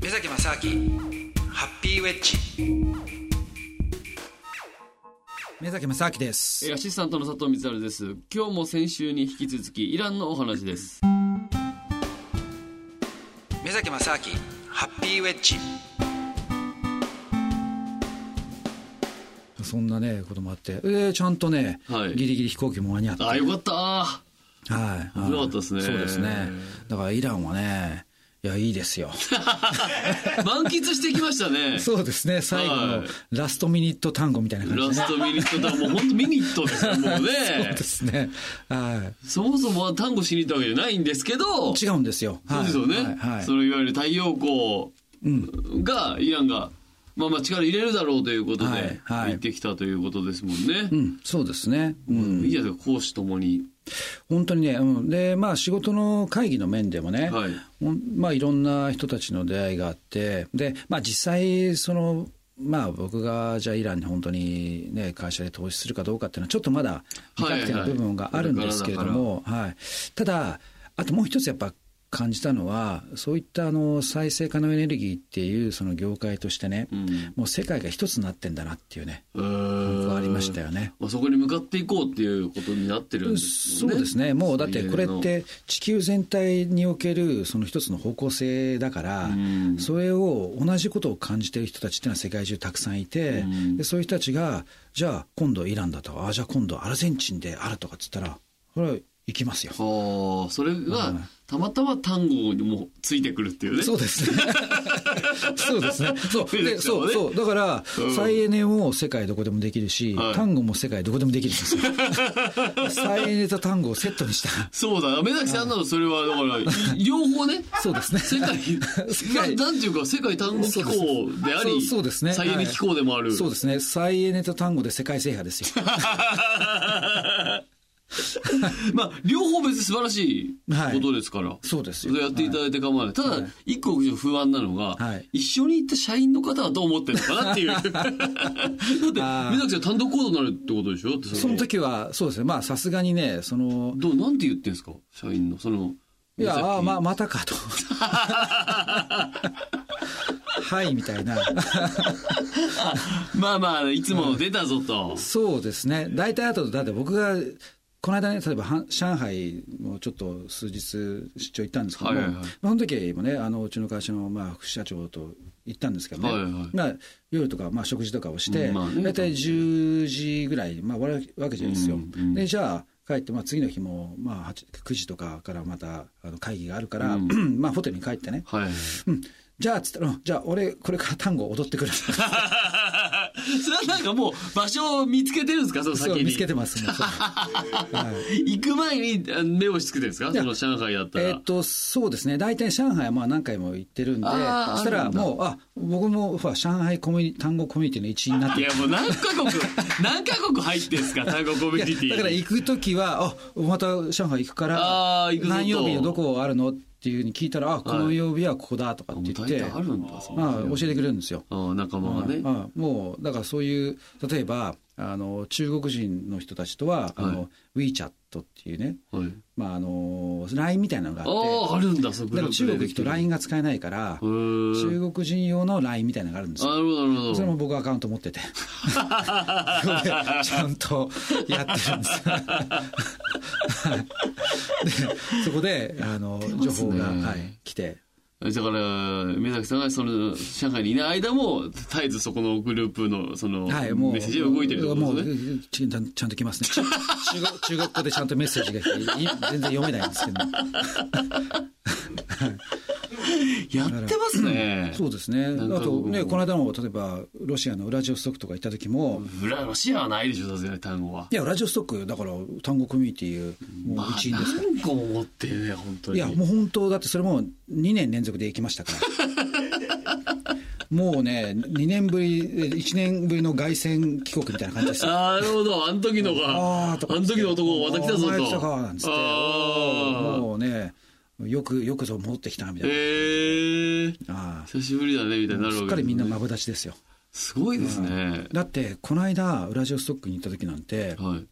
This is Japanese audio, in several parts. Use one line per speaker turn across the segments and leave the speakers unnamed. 目崎正明ハッピーウェッジ目崎正明です
えアシスタントの佐藤光晴です今日も先週に引き続きイランのお話です
目崎正明ハッピーウェッジそんなねこともあってえちゃんとね、
はい
ギリギリ飛行機も間に合って
あよかった
はい、はい
危なかったですね
そうですねだからイランはねいやいいですよ
満喫してきましたね
そうですね最後の
はい
ラストミニット単語みたいな感じ
ラ
でね
ストミニットだもう本当ミニットですよもうね
そうですねは
そもそもは単語しに行ったわけじゃないんですけど
い違うんですよ
そうですよね、
はいはい
そのいわゆる太陽光が、イランが、まあまあ力入れるだろうということ
は
で
い、はい
行ってきたということですもんね。
うん、そうですね、うん
いいじゃないですか、講師ともに。
本当にね、うん、で、まあ、仕事の会議の面でもね、
はい
ほんまあ、いろんな人たちの出会いがあって、で、まあ、実際、その、まあ、僕がじゃあイランに本当に、ね、会社で投資するかどうかっていうのは、ちょっとまだ未確定な部分があるんですけれども、はい、ただ、あともう一つやっぱ感じたのは、そういったあの再生可能エネルギーっていうその業界としてね、
うん
もう世界が一つになってんだなっていうね、
変
ありましたよね。
まあ、そこに向かっていこうっていうことになってるんです
そ
もんね。
うですね、もうだってこれっ
そういう
て、地球全体におけるその一つの方向性だから、
ん
それを同じことを感じている人たちっていうのは世界中たくさんいて、
うん
でそういう人たちが、じゃあ今度イランだとか、あじゃあ今度アルゼンチンであるとかっつったら、これは行きますよ。
の。はあ、それが、たまたま単語にもついてくるっていうね。
そうです ね。そうですね。そう。で、そう、
ね
そう。だから、
うん
再エネも世界どこでもできるし、
はい
単語も世界どこでもできるんです よ。再エネと単語をセットにした。
そうだ、目崎さんなのそれは、だから、い両方ね、
そうですね。
世界
世界
ななんていうか世界単語機構であり
そうそうですね
再エネ機構でもある、
そうですね。再エネと単語で世界制覇ですよ。
まあ両方別に素晴らしい
はい
ことですから、
そうです
そ
よ。
れやっていただいて構わない、ただ一個不安なのが、
はい
一緒に行った社員の方はどう思ってるのか なっていうだって
あー
目崎さん単独行動になるってことでしょだって
その時は、そうですね。まあ、さすがにね、その、
どうなんて言ってんですか社員のその
いや、
目崎
ああ、まあ、またか と。はい、みたいな。
まあまあいつもの出たぞと、
そうですね。大体あと、だって僕が、この間ね、例えばはん、上海もちょっと数日出張行ったんですけども、
はいはいはい
まあその時もね、あの、うちの会社の、まあ、副社長と行ったんですけどね、
はいはい
まあ、夜とか、まあ、食事とかをして、
うんまあね
大体10時ぐらい、まあ、終わるわけじゃないですよ。
うんうん
で、じゃあ、帰って、まあ、次の日も、まあ、8 9時とかからまたあの会議があるから、
う
まあ、ホテルに帰ってね、
はい
うん、じゃあ、つったら、うんじゃあ、俺、これから単語踊って くる。
それはなんかもう場所を見つけてるんですかその先
そう
に
見つけてます、もうそうはい
行く前にあ目をしつけてるんですか
いや
その上海だったら。
えっと、そうですね、大体上海はまあ何回も行ってるんで、そ
あー
した
ある
ら
んだ
もう、あ僕もほら上海コミュニ単語コミュニティの一員になっ
い
て
やもう何カ国、何カ国入ってんすか、単語コミュニティ。
だから行くときは、あまた上海行くから
あー行く、ぞと
何曜日のどこあるのっていうふうに聞いたら、あこの曜日はここだとかって言
もう
っ
大
て、
体あるんだ、そ
まあ
う
教えてくれるんですよ。
ああ仲間はね。
あもうだからそういう、例えばあの中国人の人たちとは、あ
は
の WeChat っていうね、
はい、
まあ、あの LINE みたいなのがあって、
ああ、あるんだ、そこ
だから中国行くと LINE が使えないから、
中
中国人用の LINE みたいなのがあるんです
あな
よ。
るほど、なるほ
それ
ど。
も僕アカウント持って て。ちゃんとやってるんです。 でそこで、あの、
ます
情
ね
報が、はい、来て。
だから、目崎さんがその、上海にいない間も、絶えずそこのグループの、その、
はい、もう。
メッセージが動いてるってこと
も
ですね。
う、ちゃんちゃんと来ますね。中中国中国語でちゃんとメッセージが来て、い全然読めないんですけど。
やってますね。
そうですね。
なんか
あとね、
僕も
この間の、例えば、ロシアのウラジオストクとか行った時も、
裏ロシアはないでしょ、さすがに単語は。
いや、ウラジオストク、だから、単語コミュニティ、もう一員ですから
何個も持ってるね、本当に。
いや、もう本当、だってそれも2年連続で行きましたから。 もうね、2年ぶり、1年ぶりの凱旋帰国みたいな感じですよ。
あーなるほど、あの時のが、
あ
あ
ーとか
の時の男、また来たぞ
お前
と。
来たか、なんつって。
あー
もうね、よく、よくぞ戻ってきた、みたいな。
えー、
あ
久しぶりだね、みたいにな
あ
るわけですす
っ
ね
かりみんなマブダチですよ。
すごいですね。
だって、この間、ウラジオストックに行った時なんて、
はい。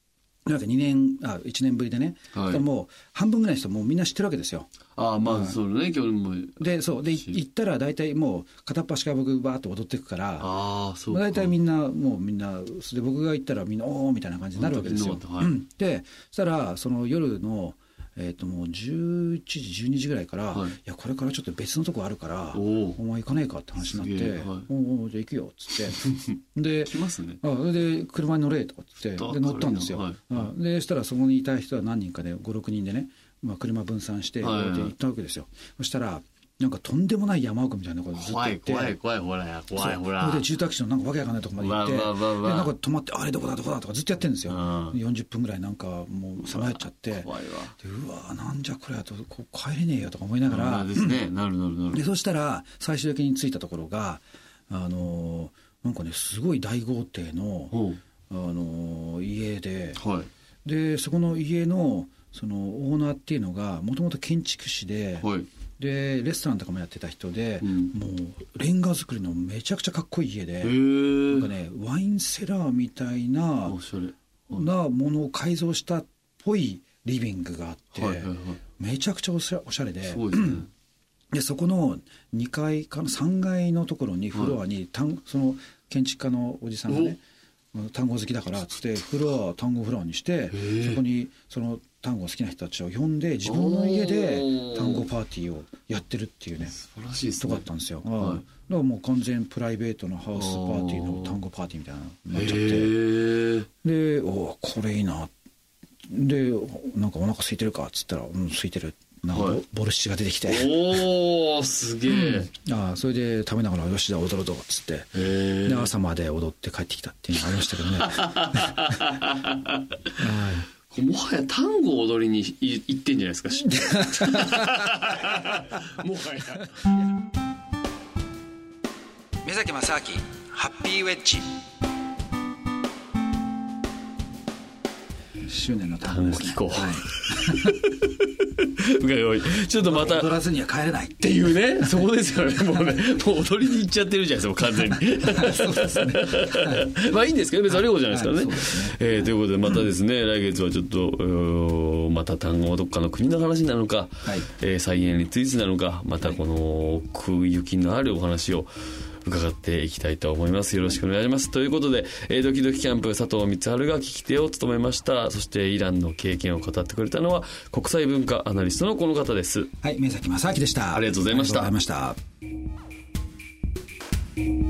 なんか2年、あ、1年ぶりでね。だ
はい
からもう、半分ぐらいの人もうみんな知ってるわけですよ。
ああ、まあ、そうね、今日も。
で、そう。で、い行ったら大体もう、片っ端から僕、バーっと踊っていくから、
ああ、そう
ま
か。
あ大体みんな、もうみんな、それで僕が行ったらみんな、おーみたいな感じになるわけですよ。
本当にはい
うんで、そしたら、その夜の、えっ、ともう11時、12時ぐらいから、
はい
い、や、これからちょっと別のとこあるから、
おー
お前行かねえかって話になっ
すげ
て、
えはい
おうおうじゃあ行くよ、っつって。 で、
来ますね。
あそれで車に乗れとかって言
ちょっ
ってで
と
乗ったんですよ、
はい
あでそしたらそこにいた人は何人かで56人でね、まあ、車分散して
はいはいはい
で行ったわけですよ、そしたらなんかとんでもない山奥みたいなところにずっと
怖
行っ
い、
て
怖い、怖い、ほらや、怖い、ほら。
それで住宅地のなんかわけわかんないとこまで行って、
わあわあわあわあ
でなんか止まって、あれどこだ、どこだとかずっとやってるんですよ、
うん
40分ぐらいなんかもうさまよっちゃって、で
怖いわ。
うわー、なんじゃこれやと、こう帰れねえよとか思いながら、
あですね。なるなるな
で
る。
そしたら最終的に着いたところがあのーなんかねすごい大豪邸の、
ほ
あのー家で
う。はい。
でそこの家のそのオーナーっていうのがもともと建築士で、
はい。
でレストランとかもやってた人で、
うん
もうレンガ作りのめちゃくちゃかっこいい家
へ
で、なんか
え。
ねワインセラーみたいな
おしゃれ。
なものを改造したっぽいリビングがあって、
はいはいはい
めちゃくちゃおしゃおしゃれで。
すごいですね。
でそこの2階かな3階のところにフロアに、単その建築家のおじさんがね単語好きだからっつってフロア単語フロアにして
え
そこにその単語好きな人たちを呼んで自分の家で
おー
単語パーティーをやってるっていうね
素晴らしいです
とか
ね。
だったんですよ、
はい
うんだからもう完全プライベートのハウスパーティーの単語パーティーみたいなのになっちゃって。
へえ。
で「おーこれいいな」で「なんかお腹空いてるか」っつったら「うん空いてる」なんかボ,、
はい
ボルシチが出てきて
おおすげえ。
ああそれで食べながら「よしじゃあ踊るぞ」っつって
へ
で
え。
朝まで踊って帰ってきたっていうのがありましたけどねはい
もはや単語踊りにい行ってんじゃないですか。 もはや。
目崎正明ハッピーウェッジ周年の単語ですね
単語機構
はい
ちょっとまた。
踊
っ
らずには帰れない
ていうね、そこですよね、もうね、もう踊りに行っちゃってるじゃないですか、もう完全に。
そうですね
まあいいんですけど、別に悪いことじゃないですから
はい
ね。
はいそうです
えーということで、またですね、来月はちょっと、えーまた単語はどっかの国の話なのか、
はい
えー再演についてなのか、またこの奥行きのあるお話を伺っていきたいと思います。よろしくお願いします。ということで、えードキドキキャンプ佐藤光春が聞き手を務めました。そしてイランの経験を語ってくれたのは、国際文化アナリストのこの方です。
はい目崎正明でした
ありがとうございました
ありがとうございました